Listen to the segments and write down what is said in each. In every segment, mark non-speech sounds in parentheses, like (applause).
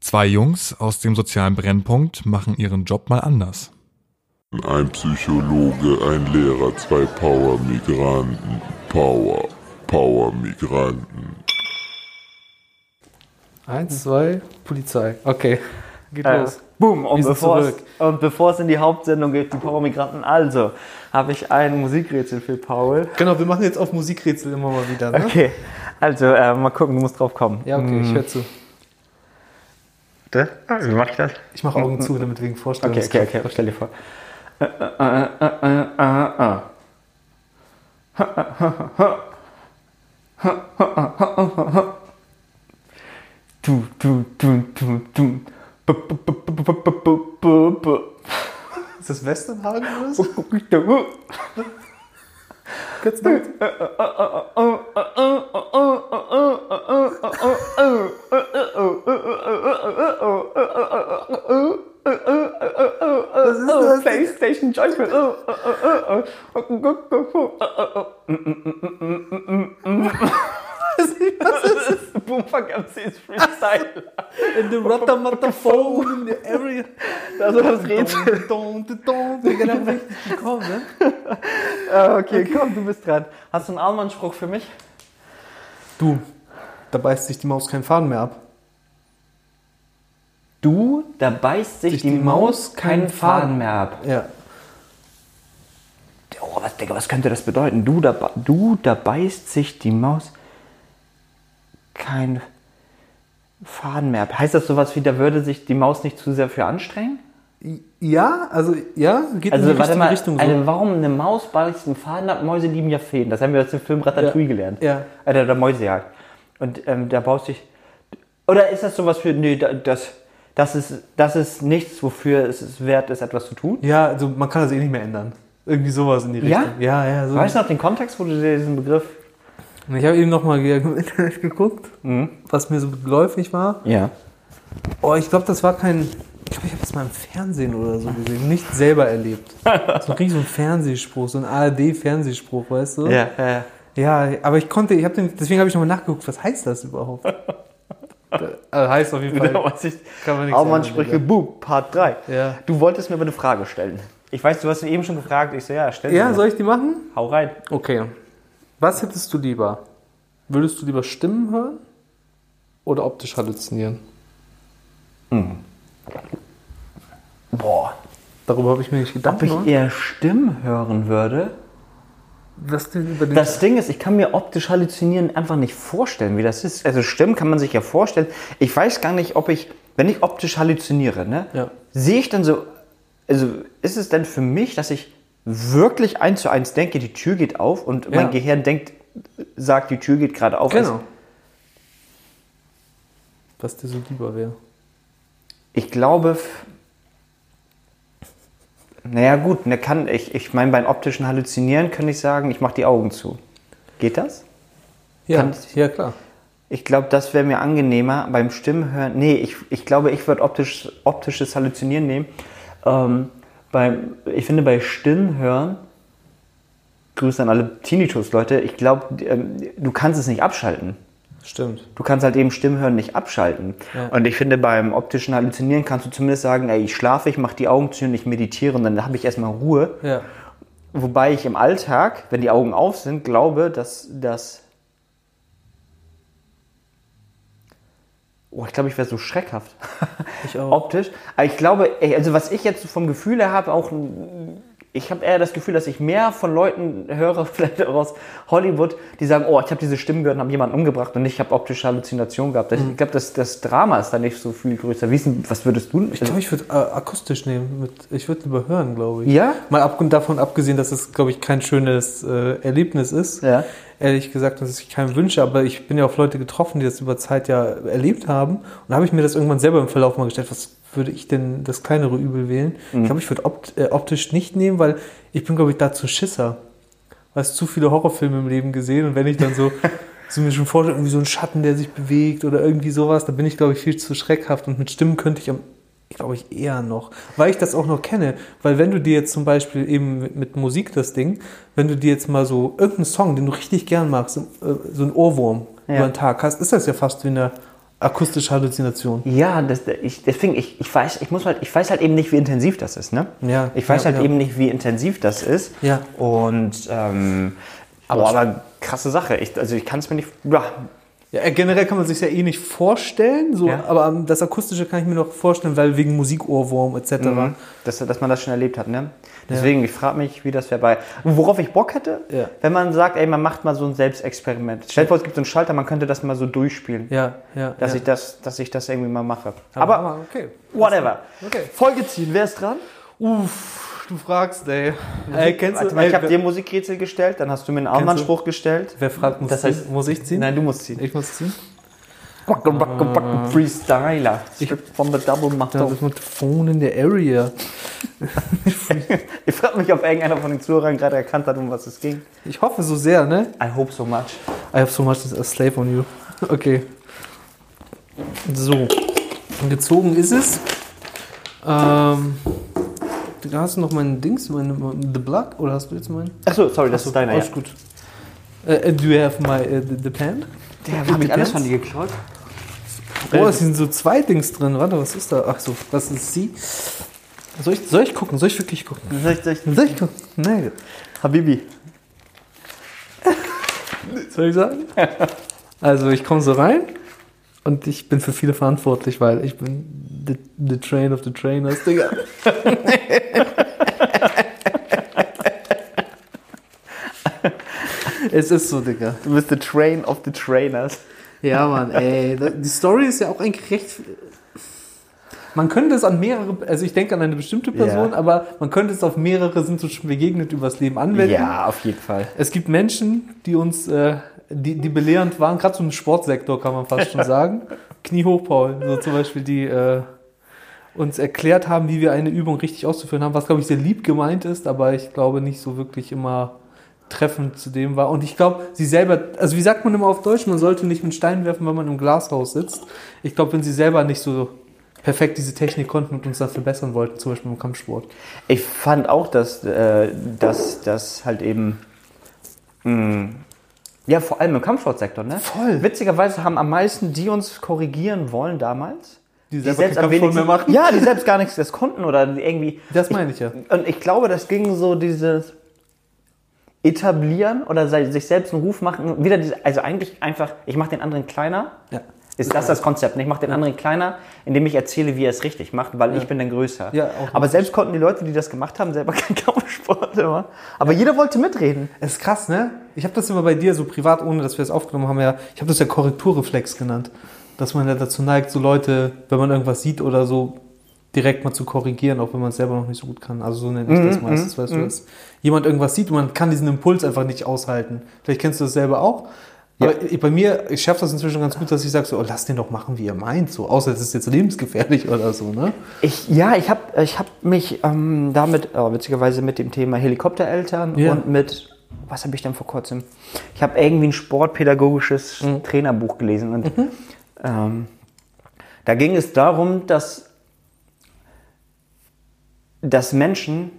Zwei Jungs aus dem sozialen Brennpunkt machen ihren Job mal anders. Ein Psychologe, ein Lehrer, zwei Power-Migranten. Power. Power-Migranten. Eins, zwei, Polizei. Okay, geht Äh, los. boom, und Wir sind bevor, es, zurück. und bevor es in die Hauptsendung geht, die Power-Migranten, also habe ich ein Musikrätsel für Paul. Genau, wir machen jetzt auf Musikrätsel immer mal wieder. Ne? Okay, Hm. also äh, mal gucken, du musst drauf kommen. Ja, okay, ich höre zu. Das? Ah, Wie mache ich das? Ich mache Augen zu, damit wegen Hm. Okay, Vorstellungskraft. okay, okay, stell dir vor. Äh, äh, äh, äh, äh, äh. Du, du, du, du, du. Bu, bu, bu, bu, bu, bu, bu, bu, bu. Ist das Westernhagen oder Bu, (laughs) so? bu, bu, bu, bu. Kurz mit. Oh, PlayStation Joypad. Oh, oh, oh, oh, oh. Boomer Gamses Freestyle. In the Rotter Motherphone in the area. Das war Also das Rätsel. (laughs) Genau, richtig gekommen, ne? Ah, Okay, komm, du bist dran. Hast du einen Allmann-Spruch für mich? Du, da beißt sich die Maus keinen Faden mehr ab. Du? Da beißt sich Sich die, die Maus Maus keinen keinen Faden Faden. mehr ab. Ja. Oh, was, Digga, was könnte das bedeuten? Du da, ba- du, da beißt sich die Maus kein Faden mehr ab. Heißt das sowas wie, da würde sich die Maus nicht zu sehr für anstrengen? Ja, also, ja, geht in Also, die warte richtige mal, Richtung so. also warum eine Maus beißt einen Faden ab? Mäuse lieben ja Feen. Das haben wir aus dem Film Ratatouille Ja. gelernt. Ja. Äh, der, der Mäusejagd. Und ähm, da baust sich. Oder ist das sowas für, nee, da- das, das, ist, das ist nichts, wofür es es wert ist, etwas zu tun? Ja, also man kann das eh nicht mehr ändern. Irgendwie sowas in die Ja? Richtung. Ja, ja. so. Weißt du noch den Kontext, wo du dir diesen Begriff. Ich habe eben nochmal im Internet (laughs) geguckt, Mhm. was mir so geläufig war. Ja. Oh, ich glaube, das war kein. Ich glaube, ich habe das mal im Fernsehen oder so gesehen. Nicht selber erlebt. So richtig so ein Fernsehspruch, so ein ARD-Fernsehspruch, weißt du? Ja, ja, ja. Ja, aber ich konnte, ich habe den, deswegen habe ich nochmal nachgeguckt, was heißt das überhaupt? Da- (laughs) also heißt auf jeden Genau, Fall. was ich. Kann man nichts Aumann ändern, spricht Bub, Part 3. Ja. Du wolltest mir aber eine Frage stellen. Ich weiß, du hast mir eben schon gefragt. Ich so, ja, stell Ja, mir. soll ich die machen? Hau rein. Okay. Was hättest du lieber? Würdest du lieber Stimmen hören oder optisch halluzinieren? Boah. Darüber habe ich mir nicht Ob gedacht. ne? ich eher Stimmen hören würde? Was denn über den Das Ding ist, ich kann mir optisch halluzinieren einfach nicht vorstellen, wie das ist. Also Stimmen kann man sich ja vorstellen. Ich weiß gar nicht, ob ich, wenn ich optisch halluziniere, ne, Ja. sehe ich dann so, also ist es denn für mich, dass ich wirklich eins zu eins denke, die Tür geht auf und mein Gehirn denkt, sagt, die Tür geht gerade auf. Also Genau. Was dir so lieber wäre. Ich glaube. f- Naja, gut, ne, kann, ich, ich meine, beim optischen Halluzinieren kann ich sagen, ich mache die Augen zu. Geht das? Ja, ja klar. Ich glaube, das wäre mir angenehmer beim Stimmenhören. Nee, ich, ich glaube, ich würde optisch, optisches Halluzinieren nehmen. Ähm, beim, ich finde, bei Stimmenhören, Grüße an alle Tinnitus-Leute, ich glaube, ähm, du kannst es nicht abschalten. Stimmt. Du kannst halt eben Stimmhören nicht abschalten. Ja. Und ich finde, beim optischen Halluzinieren kannst du zumindest sagen, ey, ich schlafe, ich mache die Augen zu und ich meditiere und dann habe ich erstmal Ruhe. Ja. Wobei ich im Alltag, wenn die Augen auf sind, glaube, dass das. Oh, ich glaube, ich wäre so schreckhaft. Ich auch. Optisch. Aber ich glaube, ey, also was ich jetzt so vom Gefühl her habe, auch. ein- Ich habe eher das Gefühl, dass ich mehr von Leuten höre, (laughs) vielleicht auch aus Hollywood, die sagen, oh, ich habe diese Stimmen gehört und habe jemanden umgebracht und ich habe optische Halluzinationen gehabt. Ich glaube, das, das Drama ist da nicht so viel größer. Wie ist denn, was würdest du? also Ich glaube, ich würde äh, akustisch nehmen. Mit, ich würde lieber hören, glaube ich. Ja? Mal ab, davon abgesehen, dass es, glaube ich, kein schönes äh, Erlebnis ist. Ja. Ehrlich gesagt, dass ich keinem wünsche, aber ich bin ja auf Leute getroffen, die das über Zeit ja erlebt haben. Und da habe ich mir das irgendwann selber im Verlauf mal gestellt, was würde ich denn das kleinere Übel wählen? Mhm. Ich glaube, ich würde opt äh, optisch nicht nehmen, weil ich bin, glaube ich, dazu Schisser. Weißt zu viele Horrorfilme im Leben gesehen und wenn ich dann (laughs) so, so mir schon vorstelle, irgendwie so ein Schatten, der sich bewegt oder irgendwie sowas, dann bin ich, glaube ich, viel zu schreckhaft und mit Stimmen könnte ich am ich glaube ich eher noch, weil ich das auch noch kenne. Weil wenn du dir jetzt zum Beispiel eben mit, mit Musik das Ding, wenn du dir jetzt mal so irgendeinen Song, den du richtig gern magst, äh, so ein Ohrwurm Ja. über den Tag hast, ist das ja fast wie eine akustische Halluzination. Ja, das, ich, deswegen, ich, ich, weiß, ich, muss halt, ich weiß halt eben nicht, wie intensiv das ist. Ne? Ja, ich weiß ja, halt ja. eben nicht, wie intensiv das ist. Ja. Und, ähm, aber, boah, aber krasse Sache. Ich, also ich kann es mir nicht, ja, Ja, äh, generell kann man sich ja eh nicht vorstellen, so, Ja. aber ähm, das Akustische kann ich mir noch vorstellen, weil wegen Musikohrwurm etc. mhm. dass, dass man das schon erlebt hat. Ne? Deswegen, ich frage mich, wie das wäre bei, worauf ich Bock hätte, Ja. wenn man sagt, ey, man macht mal so ein Selbstexperiment. Stell dir vor, es gibt so einen Schalter, man könnte das mal so durchspielen. Ja, ja. Dass, ja. ich das, dass ich das irgendwie mal mache. aber, Aber, aber okay. whatever. Okay. Folge ziehen, wer ist dran? Uff, du fragst, ey. Ey, Äh, kennst Äh, Warte du, mal, ey, ich habe wer- dir Musikrätsel gestellt, dann hast du mir einen du- Armbandsspruch gestellt. wer fragt, muss, Das heißt- ziehen? muss ich ziehen? Nein, du musst ziehen. ich muss ziehen. Wacken, wacken, wacken, Freestyler. Ich von the Double macht Da auf. ist mit Phone in der Area. (laughs) Ich frage mich, ob irgendeiner von den Zuhörern gerade erkannt hat, um was es ging. Ich hoffe so sehr, ne? I hope so much. I have so much as a slave on you. (laughs) Okay. So. Gezogen ist es. Ähm. Digga, Hast du noch meinen Dings, meinen The Block? Oder hast du jetzt meinen? Achso, sorry, das ist deiner. Ja. Alles gut. Äh, äh, do you have my äh, the, the pen? Der habe ich alles von dir geklaut. Oh, es sind so zwei Dings drin. Warte, was ist da? Ach so, das ist sie. Soll ich, soll ich gucken? Soll ich wirklich gucken? Soll ich- soll ich- Soll ich gucken? Nein. Habibi. Soll ich sagen? (laughs) Also ich komme so rein und ich bin für viele verantwortlich, weil ich bin the, the train of the trainers, (laughs) Digga. es ist so, Digga. Du bist the train of the trainers. Ja, Mann, ey. da- Die Story ist ja auch eigentlich recht... Man könnte es an mehrere, also ich denke an eine bestimmte Person, Ja. aber man könnte es auf mehrere sind uns schon begegnet übers Leben anwenden. auf jeden Fall. Es gibt Menschen, die uns, äh, die, die belehrend waren, gerade so im Sportsektor kann man fast (laughs) schon sagen. Knie hoch, Paul, so zum Beispiel, die äh, uns erklärt haben, wie wir eine Übung richtig auszuführen haben, was, glaube ich, sehr lieb gemeint ist, aber ich glaube nicht so wirklich immer treffend zu dem war. Und ich glaube, sie selber, also wie sagt man immer auf Deutsch, man sollte nicht mit Steinen werfen, wenn man im Glashaus sitzt. Ich glaube, wenn sie selber nicht so perfekt diese Technik konnten und uns dann verbessern wollten, zum Beispiel im Kampfsport. Ich fand auch, dass, äh, dass, dass halt eben. mh, ja, vor allem im Kampfsportsektor, ne? Voll. Witzigerweise haben am meisten die uns korrigieren wollen damals. Die die selber selbst am keinen Kampfsport wenigsten mehr machen. Ja, die selbst gar nichts das konnten oder irgendwie. Das meine ich ja. Und ich glaube, das ging so dieses etablieren oder sei- sich selbst einen Ruf machen. Wieder diese, also eigentlich einfach, ich mache den anderen kleiner. Ja. Ist das das Konzept? Und Ich mache den anderen kleiner, indem ich erzähle, wie er es richtig macht, weil ich bin dann größer. Ja, auch Aber selbst konnten die Leute, die das gemacht haben, selber (laughs) keinen Kampfsport immer. Aber jeder wollte mitreden. Es ist krass, ne? Ich habe das immer bei dir so privat, ohne dass wir es aufgenommen haben, ja, ich habe das ja Korrekturreflex genannt. Dass man ja dazu neigt, so Leute, wenn man irgendwas sieht oder so, direkt mal zu korrigieren, auch wenn man es selber noch nicht so gut kann. Also so nenne ich das meistens, weißt du, dass jemand irgendwas sieht und man kann diesen Impuls einfach nicht aushalten. Vielleicht kennst du das selber auch. Aber ich- bei mir, ich schaffe das inzwischen ganz gut, dass ich sage so, oh, lass den doch machen, wie ihr meint, so. Außer es ist jetzt lebensgefährlich (laughs) oder so, ne? Ich, ja, ich habe ich hab mich ähm, damit, äh, witzigerweise mit dem Thema Helikoptereltern Ja. und mit, was habe ich denn vor kurzem? Ich habe irgendwie ein sportpädagogisches Trainerbuch gelesen und ähm, da ging es darum, dass, dass Menschen,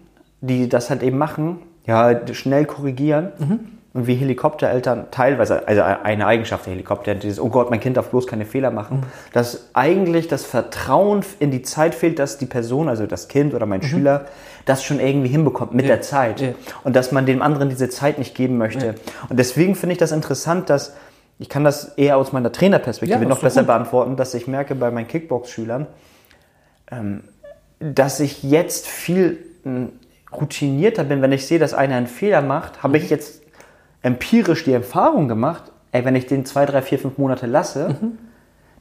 die das halt eben machen, ja, schnell korrigieren. Mhm. Und wie Helikoptereltern teilweise, also eine Eigenschaft der Helikopter, dieses, oh Gott, mein Kind darf bloß keine Fehler machen, Mhm. dass eigentlich das Vertrauen in die Zeit fehlt, dass die Person, also das Kind oder mein Schüler, das schon irgendwie hinbekommt mit der Zeit. Mhm. ja. Und dass man dem anderen diese Zeit nicht geben möchte. Und deswegen finde ich das interessant, dass, ich kann das eher aus meiner Trainerperspektive Ja, ist noch doch besser gut. beantworten, dass ich merke bei meinen Kickbox-Schülern, dass ich jetzt viel ähm, routinierter bin, wenn ich sehe, dass einer einen Fehler macht, habe ich jetzt empirisch die Erfahrung gemacht, ey, wenn ich den zwei, drei, vier, fünf Monate lasse,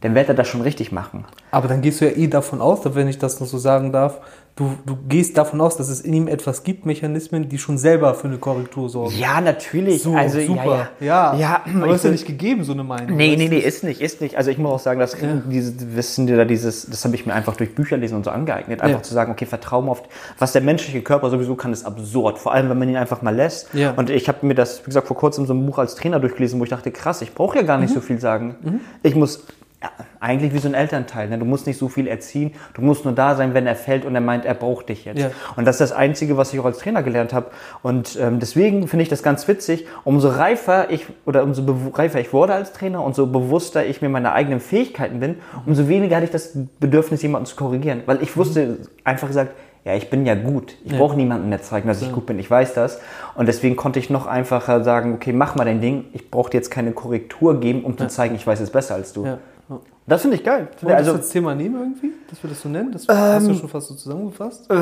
dann wird er das schon richtig machen. Aber dann gehst du ja eh davon aus, wenn ich das noch so sagen darf, du, du gehst davon aus, dass es in ihm etwas gibt, Mechanismen, die schon selber für eine Korrektur sorgen. Ja, natürlich. So, also, super. Ja, ja. aber ich ist ja bin- nicht gegeben, so eine Meinung. Nee, weißt nee, du? nee, ist nicht, ist nicht. Also ich muss auch sagen, das dieses Wissen oder dieses, das habe ich mir einfach durch Bücher lesen und so angeeignet, einfach Ja. zu sagen, okay, vertrauen auf was der menschliche Körper sowieso kann, ist absurd, vor allem wenn man ihn einfach mal lässt. Ja. Und ich habe mir Mhm. das, wie gesagt, vor kurzem so ein Buch als Trainer durchgelesen, wo ich dachte, krass, ich brauche ja gar nicht so viel sagen. Ich muss ja, eigentlich wie so ein Elternteil. Ne? Du musst nicht so viel erziehen, du musst nur da sein, wenn er fällt und er meint, er braucht dich jetzt. Ja. Und das ist das Einzige, was ich auch als Trainer gelernt habe. Und ähm, deswegen finde ich das ganz witzig. Umso reifer ich oder umso bew- reifer ich wurde als Trainer, umso bewusster ich mir meiner eigenen Fähigkeiten bin, umso weniger hatte ich das Bedürfnis, jemanden zu korrigieren. Weil ich wusste einfach gesagt, ja, ich bin ja gut. Ich brauche niemandem mehr zeigen, dass ich gut bin. Ich weiß das. Und deswegen konnte ich noch einfacher sagen, okay, mach mal dein Ding. Ich brauche dir jetzt keine Korrektur geben, um zu zeigen, ich weiß es besser als du. Ja. ja. Das finde ich geil. Wollen wir also, Ähm, das als Thema nehmen irgendwie? Dass wir das so nennen? Das hast du schon fast so zusammengefasst. äh,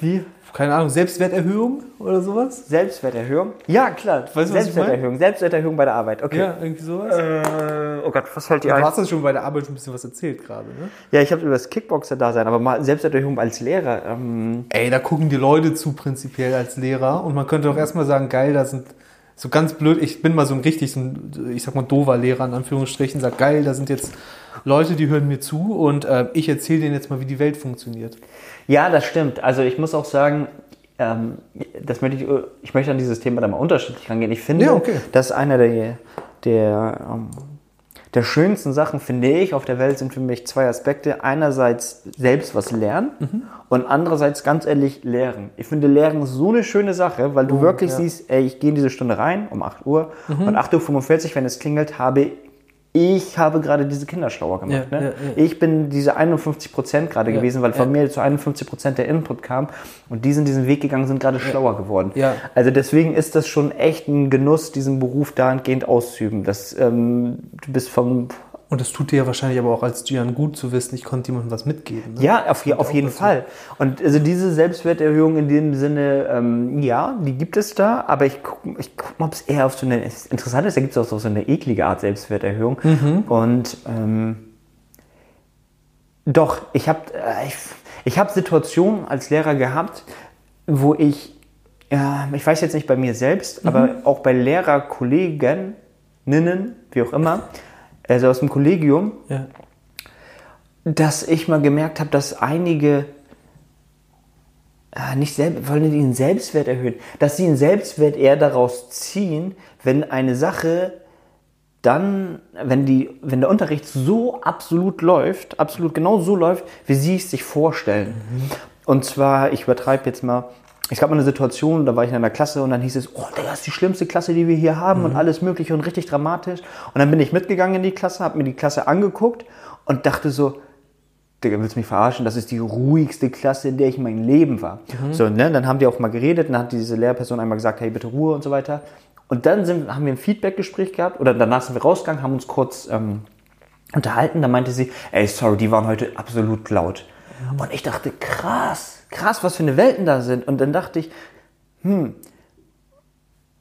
wie? Keine Ahnung, Selbstwerterhöhung oder sowas? Selbstwerterhöhung? Ja, klar. was ich meine? Selbstwerterhöhung. Selbstwerterhöhung bei der Arbeit. Okay. Ja, irgendwie sowas. Äh, oh Gott, was fällt dir du ein? hast das schon bei der Arbeit schon ein bisschen was erzählt gerade, ne? Ja, ich habe über das Kickboxer-Dasein, aber mal Selbstwerterhöhung als Lehrer. Ähm, Ey, da gucken die Leute zu prinzipiell als Lehrer und man könnte doch erstmal sagen, geil, da sind so ganz blöd, ich bin mal so ein richtig, so ein, ich sag mal, dover Lehrer in Anführungsstrichen, sagt, geil, da sind jetzt Leute, die hören mir zu und äh, ich erzähle denen jetzt mal, wie die Welt funktioniert. ja, das stimmt. Also ich muss auch sagen, ähm, das möchte ich, ich möchte an dieses Thema da mal unterschiedlich rangehen. Ich finde, Ja, okay. das ist einer der, der, ähm, der schönsten Sachen, finde ich, auf der Welt sind für mich zwei Aspekte. Einerseits selbst was lernen Mhm. und andererseits ganz ehrlich lehren. Ich finde Lehren so eine schöne Sache, weil du wirklich Oh, ja. Mhm. siehst, ey, ich gehe in diese Stunde rein um 8 Uhr und 8.45 Uhr, wenn es klingelt, habe ich habe gerade diese Kinder schlauer gemacht. Ja, ne? ja, ja. Ich bin diese 51 Prozent gerade gewesen, weil von mir zu 51 Prozent der Input kam und die sind diesen Weg gegangen, sind gerade schlauer geworden. Ja. Also deswegen ist das schon echt ein Genuss, diesen Beruf dahingehend auszuüben. Das, ähm, du bist vom Und das tut dir ja wahrscheinlich aber auch als Gian gut zu wissen, ich konnte jemandem was mitgeben. Ne? ja, auf, je- auf jeden Fall. Und also diese Selbstwerterhöhung in dem Sinne, ähm, ja, die gibt es da, aber ich gucke ich guck mal, ob es eher auf so eine, es- interessant ist, da gibt es auch so so eine eklige Art Selbstwerterhöhung. Und ähm, Doch, ich habe ich, ich hab Situationen als Lehrer gehabt, wo ich, ja, ich weiß jetzt nicht bei mir selbst, aber auch bei Lehrerkollegen, Ninnen, wie auch immer, also aus dem Kollegium, Ja. dass ich mal gemerkt habe, dass einige ah, nicht selb, wollen die den Selbstwert erhöhen, dass sie den Selbstwert eher daraus ziehen, wenn eine Sache dann, wenn, die, wenn der Unterricht so absolut läuft, absolut genau so läuft, wie sie es sich vorstellen. Und zwar, ich übertreibe jetzt mal, es gab mal eine Situation, da war ich in einer Klasse und dann hieß es, oh, das ist die schlimmste Klasse, die wir hier haben und alles mögliche und richtig dramatisch. Und dann bin ich mitgegangen in die Klasse, habe mir die Klasse angeguckt und dachte so, Digga, willst du mich verarschen? Das ist die ruhigste Klasse, in der ich mein Leben war. So, ne? Dann haben die auch mal geredet, und dann hat diese Lehrperson einmal gesagt, hey, bitte Ruhe und so weiter. Und dann sind, haben wir ein Feedbackgespräch gehabt oder danach sind wir rausgegangen, haben uns kurz ähm, unterhalten. Da meinte sie, ey, sorry, die waren heute absolut laut. Mhm. Und ich dachte, krass, krass, was für eine Welten da sind. Und dann dachte ich, hm,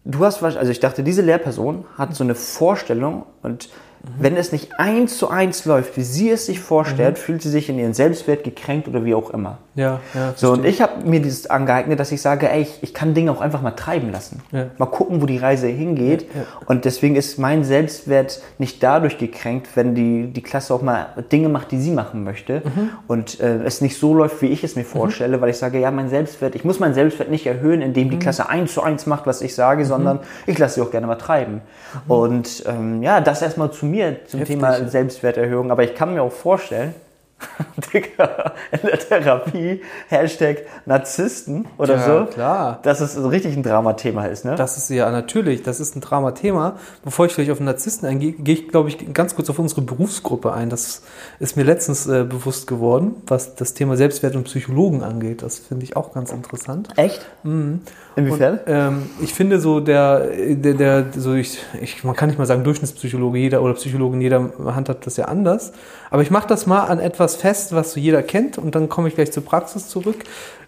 du hast wahrscheinlich, also ich dachte, diese Lehrperson hat so eine Vorstellung und Mhm. wenn es nicht eins zu eins läuft, wie sie es sich vorstellt, fühlt sie sich in ihren Selbstwert gekränkt oder wie auch immer. Mhm. Ja, ja. So, und ich habe mir dieses angeeignet, dass ich sage, ey, ich, ich kann Dinge auch einfach mal treiben lassen. Ja. Mal gucken, wo die Reise hingeht. Ja, ja. Und deswegen ist mein Selbstwert nicht dadurch gekränkt, wenn die, die Klasse auch mal Dinge macht, die sie machen möchte. Mhm. Und äh, es nicht so läuft, wie ich es mir vorstelle, weil ich sage, ja, mein Selbstwert, ich muss meinen Selbstwert nicht erhöhen, indem Mhm. die Klasse eins zu eins macht, was ich sage, sondern ich lasse sie auch gerne mal treiben. Und ähm, ja, das erstmal zu mir, zum Mhm. Heftig, Thema ja. Selbstwerterhöhung. Aber ich kann mir auch vorstellen, (laughs) Digga, in der Therapie, Hashtag Narzissten oder Ja, so. klar. Dass es so richtig ein Dramathema ist, ne? Das ist ja natürlich, das ist ein Dramathema. Bevor ich vielleicht auf den Narzissten eingehe, gehe ich, glaube ich, ganz kurz auf unsere Berufsgruppe ein. Das ist mir letztens äh, bewusst geworden, was das Thema Selbstwert und Psychologen angeht. Das finde ich auch ganz interessant. Echt? Mhm. Inwiefern? Ähm, ich finde so der, der, der so ich, ich, man kann nicht mal sagen Durchschnittspsychologe, jeder oder Psychologin, jeder handhabt das ja anders. Aber ich mache das mal an etwas fest, was so jeder kennt und dann komme ich gleich zur Praxis zurück.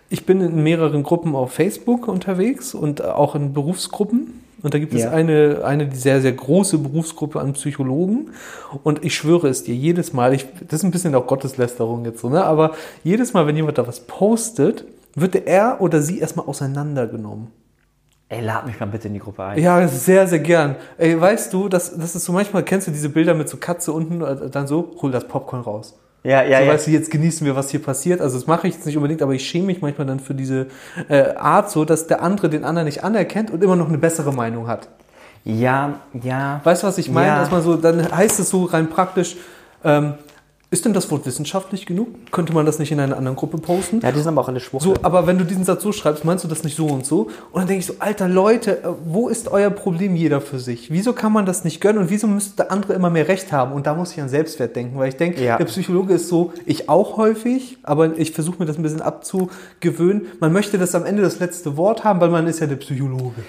Ich bin in mehreren Gruppen auf Facebook unterwegs und auch in Berufsgruppen. Und da gibt es Ja. eine, eine die sehr, sehr große Berufsgruppe an Psychologen. Und ich schwöre es dir, jedes Mal, ich, das ist ein bisschen auch Gotteslästerung jetzt so, ne? aber jedes Mal, wenn jemand da was postet, wird er oder sie erstmal auseinandergenommen. Ey, lad mich mal bitte in die Gruppe ein. Ja, sehr, sehr gern. Ey, weißt du, das, das ist so manchmal, kennst du diese Bilder mit so Katze unten, äh, dann so, hol das Popcorn raus. Ja, ja, so, ja. Weißt du, jetzt genießen wir, was hier passiert. Also das mache ich jetzt nicht unbedingt, aber ich schäme mich manchmal dann für diese äh, Art so, dass der andere den anderen nicht anerkennt und immer noch eine bessere Meinung hat. ja, ja. Weißt du, was ich meine? Ja. Dass man so, dann heißt es so rein praktisch, Ähm, ist denn das Wort wissenschaftlich genug? Könnte man das nicht in einer anderen Gruppe posten? Ja, die sind aber auch alle Schwuchtel. So, aber wenn du diesen Satz so schreibst, meinst du das nicht so und so? Und dann denke ich so, alter Leute, äh, wo ist euer Problem jeder für sich? Wieso kann man das nicht gönnen und wieso müsste der andere immer mehr Recht haben? Und da muss ich an Selbstwert denken, weil ich denke, Ja. der Psychologe ist so, ich auch häufig, aber ich versuche mir das ein bisschen abzugewöhnen. Man möchte das am Ende das letzte Wort haben, weil man ist ja der Psychologe.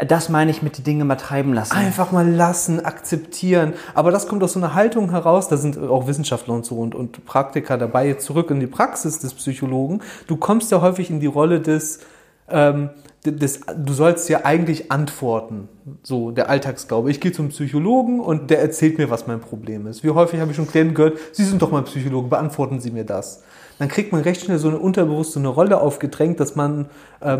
D- Das meine ich mit die Dinge mal treiben lassen. Einfach mal lassen, akzeptieren. Aber das kommt aus so einer Haltung heraus, da sind auch Wissenschaftler und so und, und Praktiker dabei, jetzt zurück in die Praxis des Psychologen. Du kommst ja häufig in die Rolle des, ähm, d- des du sollst ja eigentlich antworten. So, der Alltagsglaube. Ich gehe zum Psychologen und der erzählt mir, was mein Problem ist. Wie häufig habe ich schon Klienten gehört, Sie sind doch mal Psychologe, beantworten Sie mir das. Dann kriegt man recht schnell so eine unterbewusste eine Rolle aufgedrängt, dass man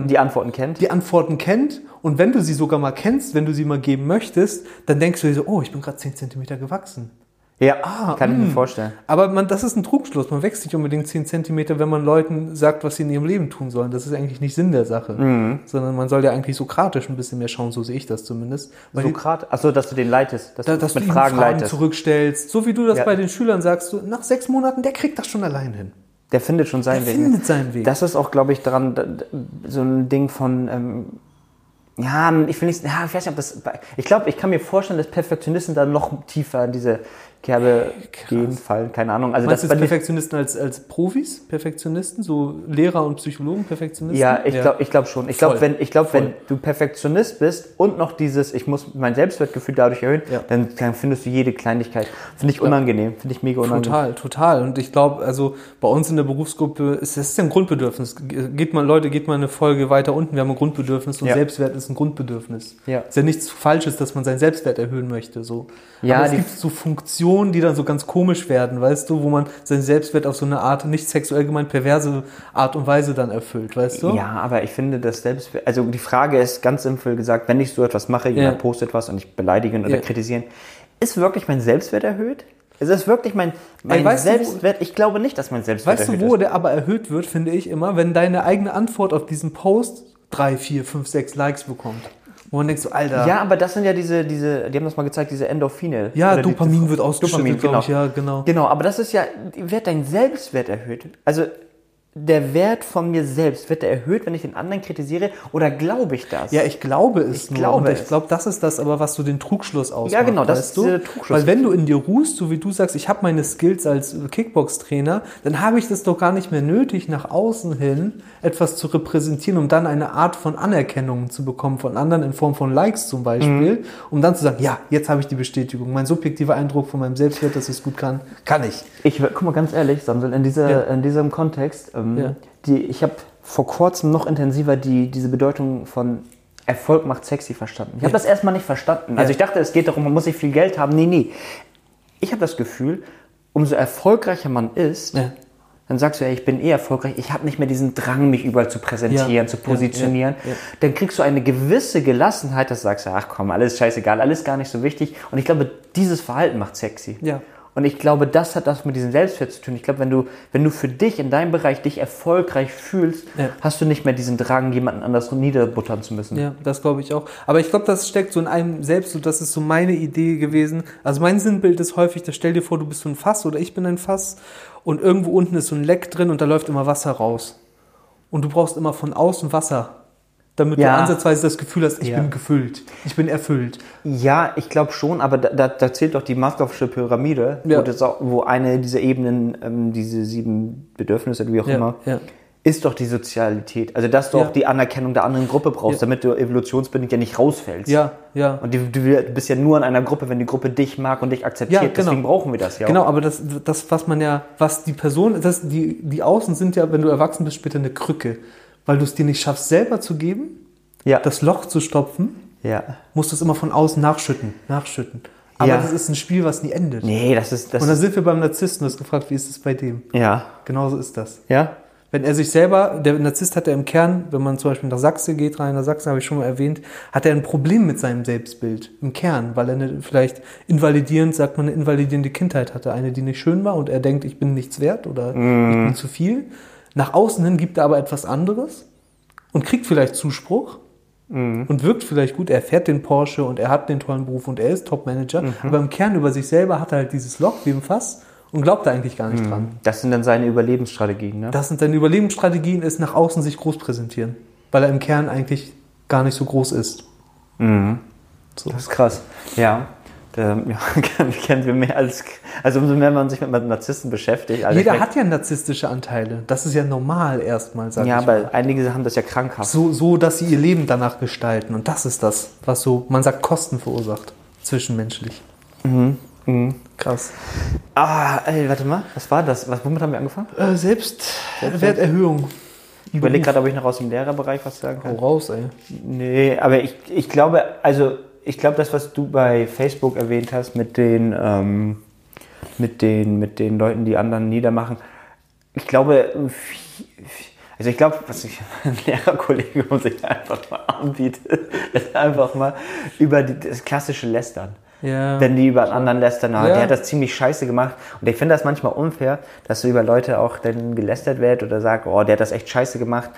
die Antworten kennt. die Antworten kennt und wenn du sie sogar mal kennst, wenn du sie mal geben möchtest, dann denkst du dir so, oh, ich bin gerade 10 Zentimeter gewachsen. ja, Ah, kann mhm. ich mir vorstellen. Aber man, das ist ein Trugschluss. Man wächst nicht unbedingt 10 Zentimeter, wenn man Leuten sagt, was sie in ihrem Leben tun sollen. Das ist eigentlich nicht Sinn der Sache. Mhm. Sondern man soll ja eigentlich sokratisch ein bisschen mehr schauen, so sehe ich das zumindest. Weil die- Sokrat, achso, dass du den leitest, dass, da, du dass mit du ihm Fragen, Fragen leitest. zurückstellst. So wie du das Ja. bei den Schülern sagst, du, nach sechs Monaten, der kriegt das schon allein hin. Der findet schon seinen Der Weg. findet seinen Weg. Das ist auch, glaube ich, dran d- d- so ein Ding von. Ähm, ja, ich will nicht. Ja, ich weiß nicht, ob das. Ich glaube, ich kann mir vorstellen, dass Perfektionisten da noch tiefer in diese Kerbe gehen, fallen. Keine Ahnung. Also Meinst du bei jetzt mir- Perfektionisten als, als Profis? Perfektionisten? So Lehrer und Psychologen, Perfektionisten? Ja, ich glaube ich glaub schon. Ich Voll. glaube, wenn, ich glaub, wenn Voll. du Perfektionist bist und noch dieses, ich muss mein Selbstwertgefühl dadurch erhöhen, Ja. dann, dann findest du jede Kleinigkeit. Finde ich unangenehm. Finde ich mega unangenehm. Total, total. Und ich glaube, also bei uns in der Berufsgruppe ist das ist ja ein Grundbedürfnis. Geht man, Leute, geht mal eine Folge weiter unten, wir haben ein Grundbedürfnis und Ja. Selbstwert ist ein Grundbedürfnis. Ja. Ist ja nichts Falsches, dass man seinen Selbstwert erhöhen möchte. So. Ja, Aber es die- gibt so Funktionen, die dann so ganz komisch werden, weißt du, wo man seinen Selbstwert auf so eine Art, nicht sexuell gemeint, perverse Art und Weise dann erfüllt, weißt du? Ja, aber ich finde das selbst, also die Frage ist ganz simpel gesagt, wenn ich so etwas mache, jemand Ja. postet was und ich beleidigen oder Ja. kritisieren, ist wirklich mein Selbstwert erhöht? Ist das wirklich mein, mein weißt du, wo- Selbstwert? ich glaube nicht, dass mein Selbstwert Weißt du, erhöht wo ist. der aber erhöht wird, finde ich immer, wenn deine eigene Antwort auf diesen Post drei, vier, fünf, sechs Likes bekommt. Wo man denkt so, Alter. Ja, aber das sind ja diese, diese, die haben das mal gezeigt, diese Endorphine. Ja, Oder die- Dopamin wird ausgeschüttet, Dopamin, glaub genau. ich, ja, genau. Genau, aber das ist ja, wird dein Selbstwert erhöht? Also der Wert von mir selbst, wird der erhöht, wenn ich den anderen kritisiere oder glaube ich das? Ja, ich glaube es Ich nur. glaube und ich es. glaube, das ist das aber, was so den Trugschluss ausmacht. Ja, genau, das weißt ist du? dieser Trugschluss. Weil wenn du in dir ruhst, so wie du sagst, ich habe meine Skills als Kickbox-Trainer, dann habe ich das doch gar nicht mehr nötig, nach außen hin etwas zu repräsentieren, um dann eine Art von Anerkennung zu bekommen von anderen in Form von Likes zum Beispiel, Mhm. um dann zu sagen, ja, jetzt habe ich die Bestätigung. Mein subjektiver Eindruck von meinem Selbstwert, dass ich es gut kann, kann ich. Ich guck mal ganz ehrlich, Samson, in, dieser, Ja. in diesem Kontext, ähm, Ja. die, ich habe vor kurzem noch intensiver die, diese Bedeutung von Erfolg macht sexy verstanden. Ich habe das erstmal nicht verstanden. Also Ja. ich dachte, es geht darum, man muss nicht viel Geld haben. Nee, nee. Ich habe das Gefühl, umso erfolgreicher man ist, Ja. dann sagst du, ey, ich bin eh erfolgreich, ich habe nicht mehr diesen Drang, mich überall zu präsentieren, Ja. zu Ja, positionieren. ja, ja. Dann kriegst du eine gewisse Gelassenheit, dass du sagst, ach komm, alles scheißegal, alles gar nicht so wichtig. Und ich glaube, dieses Verhalten macht sexy. Ja. Und ich glaube, das hat das mit diesem Selbstwert zu tun. Ich glaube, wenn du, wenn du für dich in deinem Bereich dich erfolgreich fühlst, Ja. hast du nicht mehr diesen Drang, jemanden anders niederbuttern zu müssen. Ja, das glaube ich auch. Aber ich glaube, das steckt so in einem selbst, so das ist so meine Idee gewesen. Also mein Sinnbild ist häufig, da stell dir vor, du bist so ein Fass oder ich bin ein Fass und irgendwo unten ist so ein Leck drin und da läuft immer Wasser raus. Und du brauchst immer von außen Wasser, damit Ja. du ansatzweise das Gefühl hast, ich Ja. bin gefüllt, ich bin erfüllt. Ja, ich glaube schon, aber da, da, da zählt doch die Maslow'sche Pyramide, Ja. wo, das, auch- wo eine dieser Ebenen, ähm, diese sieben Bedürfnisse, wie auch Ja, immer, ja. ist doch die Sozialität. Also, dass du Ja. auch die Anerkennung der anderen Gruppe brauchst, Ja. damit du evolutionsbedingt ja nicht rausfällst. Ja, ja. Und du, du bist ja nur in einer Gruppe, wenn die Gruppe dich mag und dich akzeptiert. Ja, genau. Deswegen brauchen wir das ja. auch. Genau, aber das, das, was man ja, was die Person, das, die, die Außen sind ja, wenn du erwachsen bist, später eine Krücke. Weil du es dir nicht schaffst, selber zu geben, Ja. das Loch zu stopfen, ja. musst du es immer von außen nachschütten, nachschütten. Aber Ja. das ist ein Spiel, was nie endet. Nee, das ist. Das Und dann ist sind wir beim Narzissten, du hast gefragt, wie ist es bei dem? ja. Genauso ist das. Ja? Wenn er sich selber, der Narzisst hat ja im Kern, wenn man zum Beispiel nach Sachse geht, rein nach Sachsen habe ich schon mal erwähnt, hat er ein Problem mit seinem Selbstbild im Kern, weil er eine, vielleicht invalidierend, sagt man, eine invalidierende Kindheit hatte, eine, die nicht schön war und er denkt, ich bin nichts wert oder ich bin zu viel. Nach außen hin gibt er aber etwas anderes und kriegt vielleicht Zuspruch und wirkt vielleicht gut, er fährt den Porsche und er hat den tollen Beruf und er ist Top-Manager, aber im Kern über sich selber hat er halt dieses Loch wie im Fass und glaubt da eigentlich gar nicht Mhm. dran. Das sind dann seine Überlebensstrategien, ne? Das sind seine Überlebensstrategien, ist nach außen sich groß präsentieren, weil er im Kern eigentlich gar nicht so groß ist. Das ist krass. Ja. Ähm, ja, (laughs) kennen wir mehr als, also umso mehr man sich mit Narzissen beschäftigt. Also ich Jeder mein- hat ja narzisstische Anteile. Das ist ja normal erstmal, sag Ja, ich. mal. aber einige haben das ja krankhaft. So, so, dass sie ihr Leben danach gestalten. Und das ist das, was so, man sagt, Kosten verursacht. Zwischenmenschlich. Krass. Ah, ey, warte mal, was war das? Was, womit haben wir angefangen? Äh, Selbstwerterhöhung. Ich überlege gerade, ob ich noch aus dem Lehrerbereich was sagen Hau kann. Oh, raus, ey. Nee, aber ich, ich glaube, also ich glaube, das, was du bei Facebook erwähnt hast mit den, ähm, mit den, mit den Leuten, die anderen niedermachen, ich glaube, vi- vi- also ich glaube, was ich (laughs) ein Lehrerkollege muss ich einfach mal anbieten, (laughs) ist einfach mal über die, das klassische Lästern. Ja. Wenn die über einen anderen lästern, ah, Ja. der hat das ziemlich scheiße gemacht. Und ich finde das manchmal unfair, dass so über Leute auch dann gelästert wird oder sagt, oh, der hat das echt scheiße gemacht.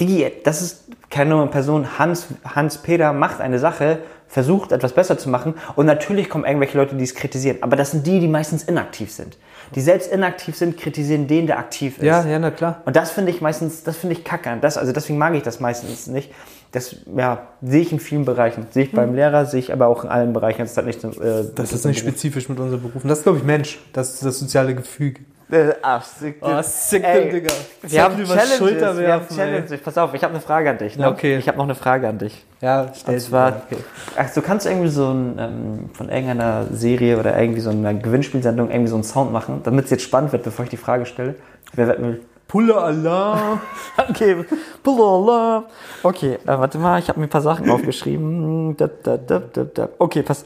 Digi, das ist keine normale Person. Hans, Hans Peter macht eine Sache, versucht etwas besser zu machen und natürlich kommen irgendwelche Leute, die es kritisieren. Aber das sind die, die meistens inaktiv sind. Die selbst inaktiv sind, kritisieren den, der aktiv ist. Ja, ja, na klar. Und das finde ich meistens, das finde ich kacke. an- Das, also deswegen mag ich das meistens nicht. Das ja, sehe ich in vielen Bereichen. Sehe ich beim Lehrer, sehe ich aber auch in allen Bereichen. Das hat nicht so, äh, Hm. Das ist nicht spezifisch mit unseren Berufen. Das ist, glaube ich, Mensch. Das ist das soziale Gefüge. Äh, ach, sick, Ah, sick, Digga. Wir haben, Zettel übers Challenges, wir haben Schulterwerfen, ey. Challenges. Pass auf, ich habe eine Frage an dich. Ne? Ja, okay. Ich habe noch eine Frage an dich. Ja, Und zwar, ach, du kannst irgendwie so ein, ähm, von irgendeiner Serie oder irgendwie so einer Gewinnspielsendung irgendwie so einen Sound machen, damit es jetzt spannend wird, bevor ich die Frage stelle. Wer wird mit- Pulle Alarm. (laughs) Okay, blablabla. Okay, äh, warte mal, ich habe mir ein paar Sachen aufgeschrieben. Da, da, da, da, da. Okay, pass.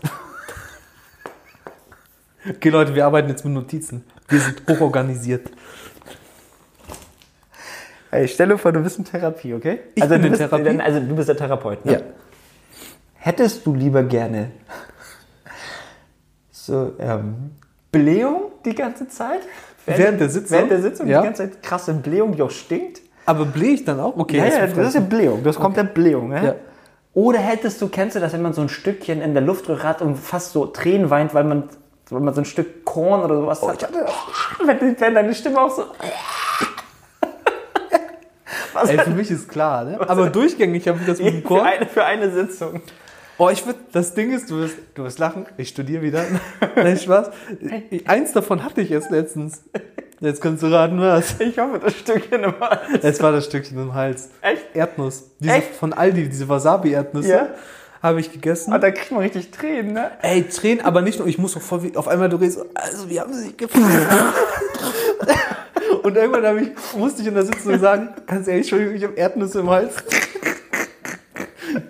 Okay, Leute, wir arbeiten jetzt mit Notizen. Wir sind (laughs) hochorganisiert. Hey, stell dir vor, du bist in Therapie, okay? Ich also, bin du in bist, Therapie? dann- Also du bist der Therapeut, ne? Hättest du lieber gerne so ähm, Blähung die ganze Zeit? Während der Sitzung? Während der Sitzung Ja. die ganze Zeit krasse Blähung, die auch stinkt? Aber blähe ich dann auch? Okay. ja, ja, ist das ist ja Blähung, das kommt ja Blähung, ne? Ja. Oder hättest du, kennst du das, wenn man so ein Stückchen in der Luftröhre hat und fast so Tränen weint, weil man, weil man so ein Stück Korn oder Oh, sowas hat? Wenn, wenn deine Stimme (laughs) auch so. (laughs) Was Ey, für mich ist klar, ne? (laughs) Aber durchgängig habe ich das mit dem für, Chor. eine, für eine Sitzung. Oh, ich würde, das Ding ist, du wirst, du wirst lachen, ich studiere (laughs) wieder. Nein, Spaß. Ich, eins davon hatte ich erst letztens. Jetzt kannst du raten, was. Ich hoffe, das Stückchen immer. Es war das Stückchen im Hals. Echt? Erdnuss. Diese Echt? von Aldi, diese Wasabi-Erdnüsse. Ja. Habe ich gegessen. Ah, da kriegt man richtig Tränen, ne? Ey, Tränen, aber nicht nur, ich muss auch voll, wie- auf einmal du redest, so, also wir haben sie (laughs) gefangen. Und irgendwann hab ich, musste ich in der Sitzung sagen, ganz ehrlich, Entschuldigung, ich habe Erdnüsse im Hals.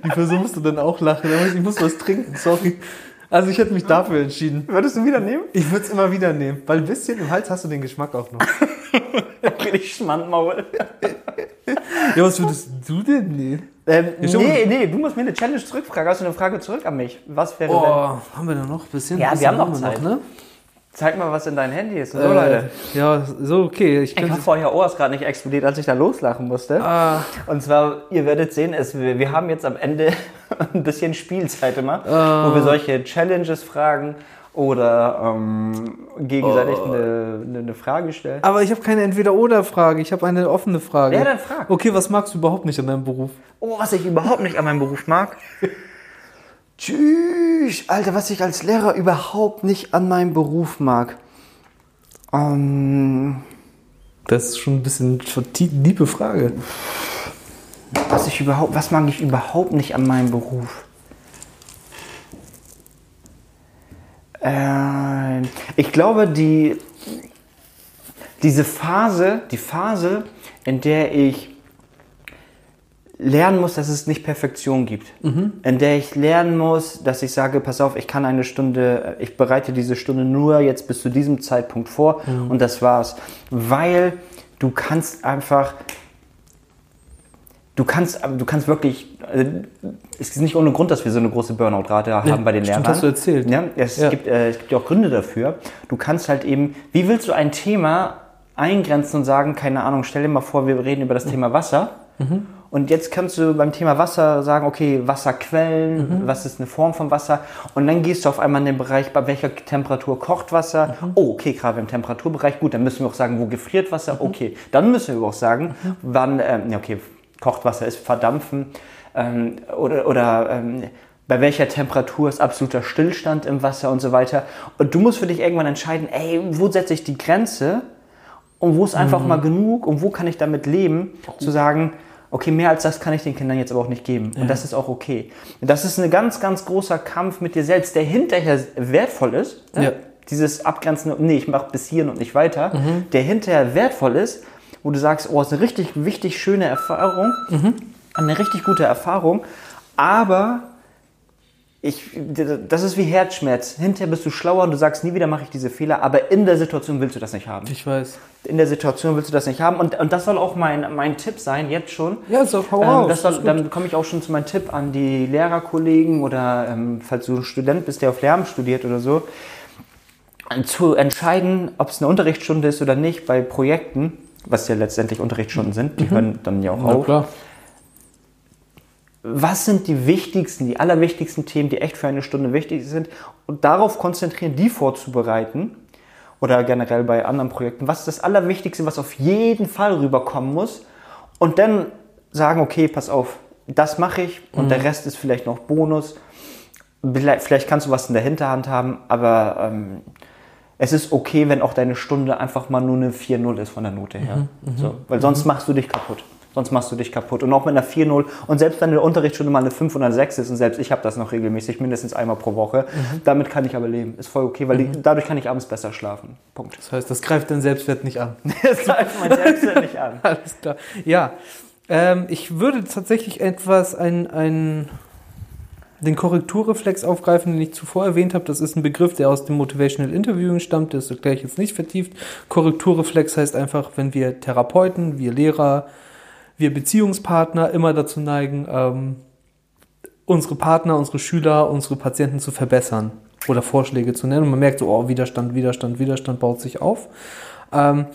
Die Person musste dann auch lachen, aber ich ich muss was trinken, sorry. Also ich hätte mich dafür entschieden. Würdest du (laughs) wieder nehmen? Ich würde es immer wieder nehmen, weil ein bisschen im Hals hast du den Geschmack auch noch. Richtig Schmandmaul. Ja, was würdest du denn nehmen? Ähm, Ich glaube- nee, nee, du musst mir eine Challenge zurückfragen. Hast du eine Frage zurück an mich? Was wäre denn? Boah, haben wir da noch ein bisschen? Ja, wir bisschen haben noch Zeit. ne? Zeig mal, was in deinem Handy ist. So, äh, Leute. Ja, so, okay. Ich Ich könnte, hoffe, euer Ohr ist gerade nicht explodiert, als ich da loslachen musste. Ah. Und zwar, ihr werdet sehen, es, wir, wir haben jetzt am Ende (laughs) ein bisschen Spielzeit immer, Ah. wo wir solche Challenges fragen oder ähm, gegenseitig Oh. eine, eine, eine Frage stellen. aber ich habe keine Entweder-Oder-Frage, ich habe eine offene Frage. Ja, dann frag. Okay, was magst du überhaupt nicht an deinem Beruf? Oh, was ich überhaupt nicht an meinem Beruf mag. Tschüss, Alter, was ich als Lehrer überhaupt nicht an meinem Beruf mag. Ähm, Das ist schon ein bisschen liebe Frage. was ich überhaupt, was mag ich überhaupt nicht an meinem Beruf? Ähm, ich glaube, die, diese Phase, die Phase, in der ich lernen muss, dass es nicht Perfektion gibt. Mhm. In der ich lernen muss, dass ich sage, pass auf, ich kann eine Stunde, ich bereite diese Stunde nur jetzt bis zu diesem Zeitpunkt vor Mhm. und das war's. Weil du kannst einfach, du kannst, du kannst wirklich, also, es ist nicht ohne Grund, dass wir so eine große Burnout-Rate haben bei den stimmt, Lehrern. hast du erzählt. Ja, es, Ja. Gibt, äh, es gibt ja auch Gründe dafür. Du kannst halt eben, wie willst du ein Thema eingrenzen und sagen, keine Ahnung, stell dir mal vor, wir reden über das Thema Wasser. Und jetzt kannst du beim Thema Wasser sagen, okay, Wasserquellen, was ist eine Form von Wasser? Und dann gehst du auf einmal in den Bereich, bei welcher Temperatur kocht Wasser? Oh, okay, gerade im Temperaturbereich, gut, dann müssen wir auch sagen, wo gefriert Wasser? Okay, dann müssen wir auch sagen, wann, ähm, ja, okay, kocht Wasser ist verdampfen ähm, oder, oder ähm, bei welcher Temperatur ist absoluter Stillstand im Wasser und so weiter. Und du musst für dich irgendwann entscheiden, ey, wo setze ich die Grenze? und wo ist einfach mal genug und wo kann ich damit leben, zu sagen, okay, mehr als das kann ich den Kindern jetzt aber auch nicht geben. Und das ist auch okay. Und das ist ein ganz, ganz großer Kampf mit dir selbst, der hinterher wertvoll ist. ne? Ja. Dieses Abgrenzen, nee, ich mache bis hierhin und nicht weiter, der hinterher wertvoll ist, wo du sagst, oh, ist eine richtig, richtig schöne Erfahrung, eine richtig gute Erfahrung, aber ich, das ist wie Herzschmerz. Hinterher bist du schlauer und du sagst, nie wieder mache ich diese Fehler, aber in der Situation willst du das nicht haben Ich weiß. in der Situation willst du das nicht haben. Und, und das soll auch mein, mein Tipp sein, jetzt schon. Ja, so, hau ähm, raus, das soll, ist gut. Dann komme ich auch schon zu meinem Tipp an die Lehrerkollegen oder ähm, falls du ein Student bist, der auf Lehramt studiert oder so, äh, zu entscheiden, ob es eine Unterrichtsstunde ist oder nicht bei Projekten, was ja letztendlich Unterrichtsstunden sind, die Mhm. hören dann ja auch auf. Was sind die wichtigsten, die allerwichtigsten Themen, die echt für eine Stunde wichtig sind? Und darauf konzentrieren, die vorzubereiten oder generell bei anderen Projekten. Was ist das Allerwichtigste, was auf jeden Fall rüberkommen muss? Und dann sagen, okay, pass auf, das mache ich und der Rest ist vielleicht noch Bonus. Vielleicht, vielleicht kannst du was in der Hinterhand haben, aber ähm, es ist okay, wenn auch deine Stunde einfach mal nur eine 4-0 ist von der Note her. so, weil sonst machst du dich kaputt. Sonst machst du dich kaputt. Und auch mit einer 4-0. Und selbst wenn der Unterrichtsstunde mal eine 5 oder eine 6 ist, und selbst ich habe das noch regelmäßig, mindestens einmal pro Woche, damit kann ich aber leben. Ist voll okay, weil die, dadurch kann ich abends besser schlafen. Punkt. (laughs) Das heißt, das greift den Selbstwert nicht an. Das greift mein Selbstwert nicht (laughs) an. (laughs) Alles klar. Ja, ähm, ich würde tatsächlich etwas ein, ein, den Korrekturreflex aufgreifen, den ich zuvor erwähnt habe. Das ist ein Begriff, der aus dem Motivational Interviewing stammt. Das erkläre ich jetzt nicht vertieft. Korrekturreflex heißt einfach, wenn wir Therapeuten, wir Lehrer, wir Beziehungspartner immer dazu neigen, ähm, unsere Partner, unsere Schüler, unsere Patienten zu verbessern oder Vorschläge zu nennen. Und man merkt so, oh, Widerstand, Widerstand, Widerstand baut sich auf. Ähm,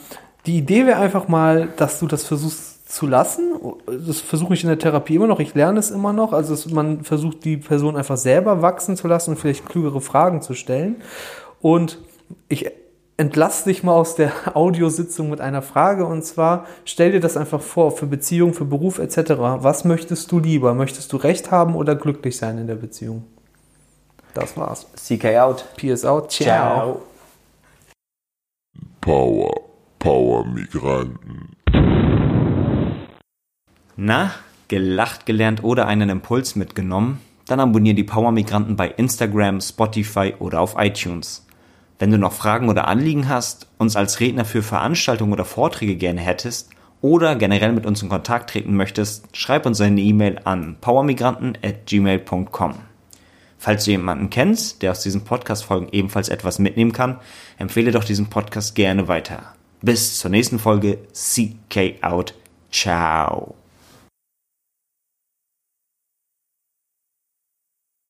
die Idee wäre einfach mal, dass du das versuchst zu lassen. Das versuche ich in der Therapie immer noch. Ich lerne es immer noch. Also es, man versucht die Person einfach selber wachsen zu lassen und vielleicht klügere Fragen zu stellen. Und ich entlasse dich mal aus der (laughs) Audiositzung mit einer Frage. Und zwar stell dir das einfach vor für Beziehung, für Beruf etc. Was möchtest du lieber? Möchtest du Recht haben oder glücklich sein in der Beziehung? Das war's. CK out. Peace out. Ciao. Ciao. Power, Power Migranten. Na, gelacht gelernt oder einen Impuls mitgenommen? Dann abonniere die Power Migranten bei Instagram, Spotify oder auf iTunes. Wenn du noch Fragen oder Anliegen hast, uns als Redner für Veranstaltungen oder Vorträge gerne hättest oder generell mit uns in Kontakt treten möchtest, schreib uns eine E-Mail an powermigranten@gmail.com. Falls du jemanden kennst, der aus diesen Podcast-Folgen ebenfalls etwas mitnehmen kann, empfehle doch diesen Podcast gerne weiter. Bis zur nächsten Folge. CK out. Ciao.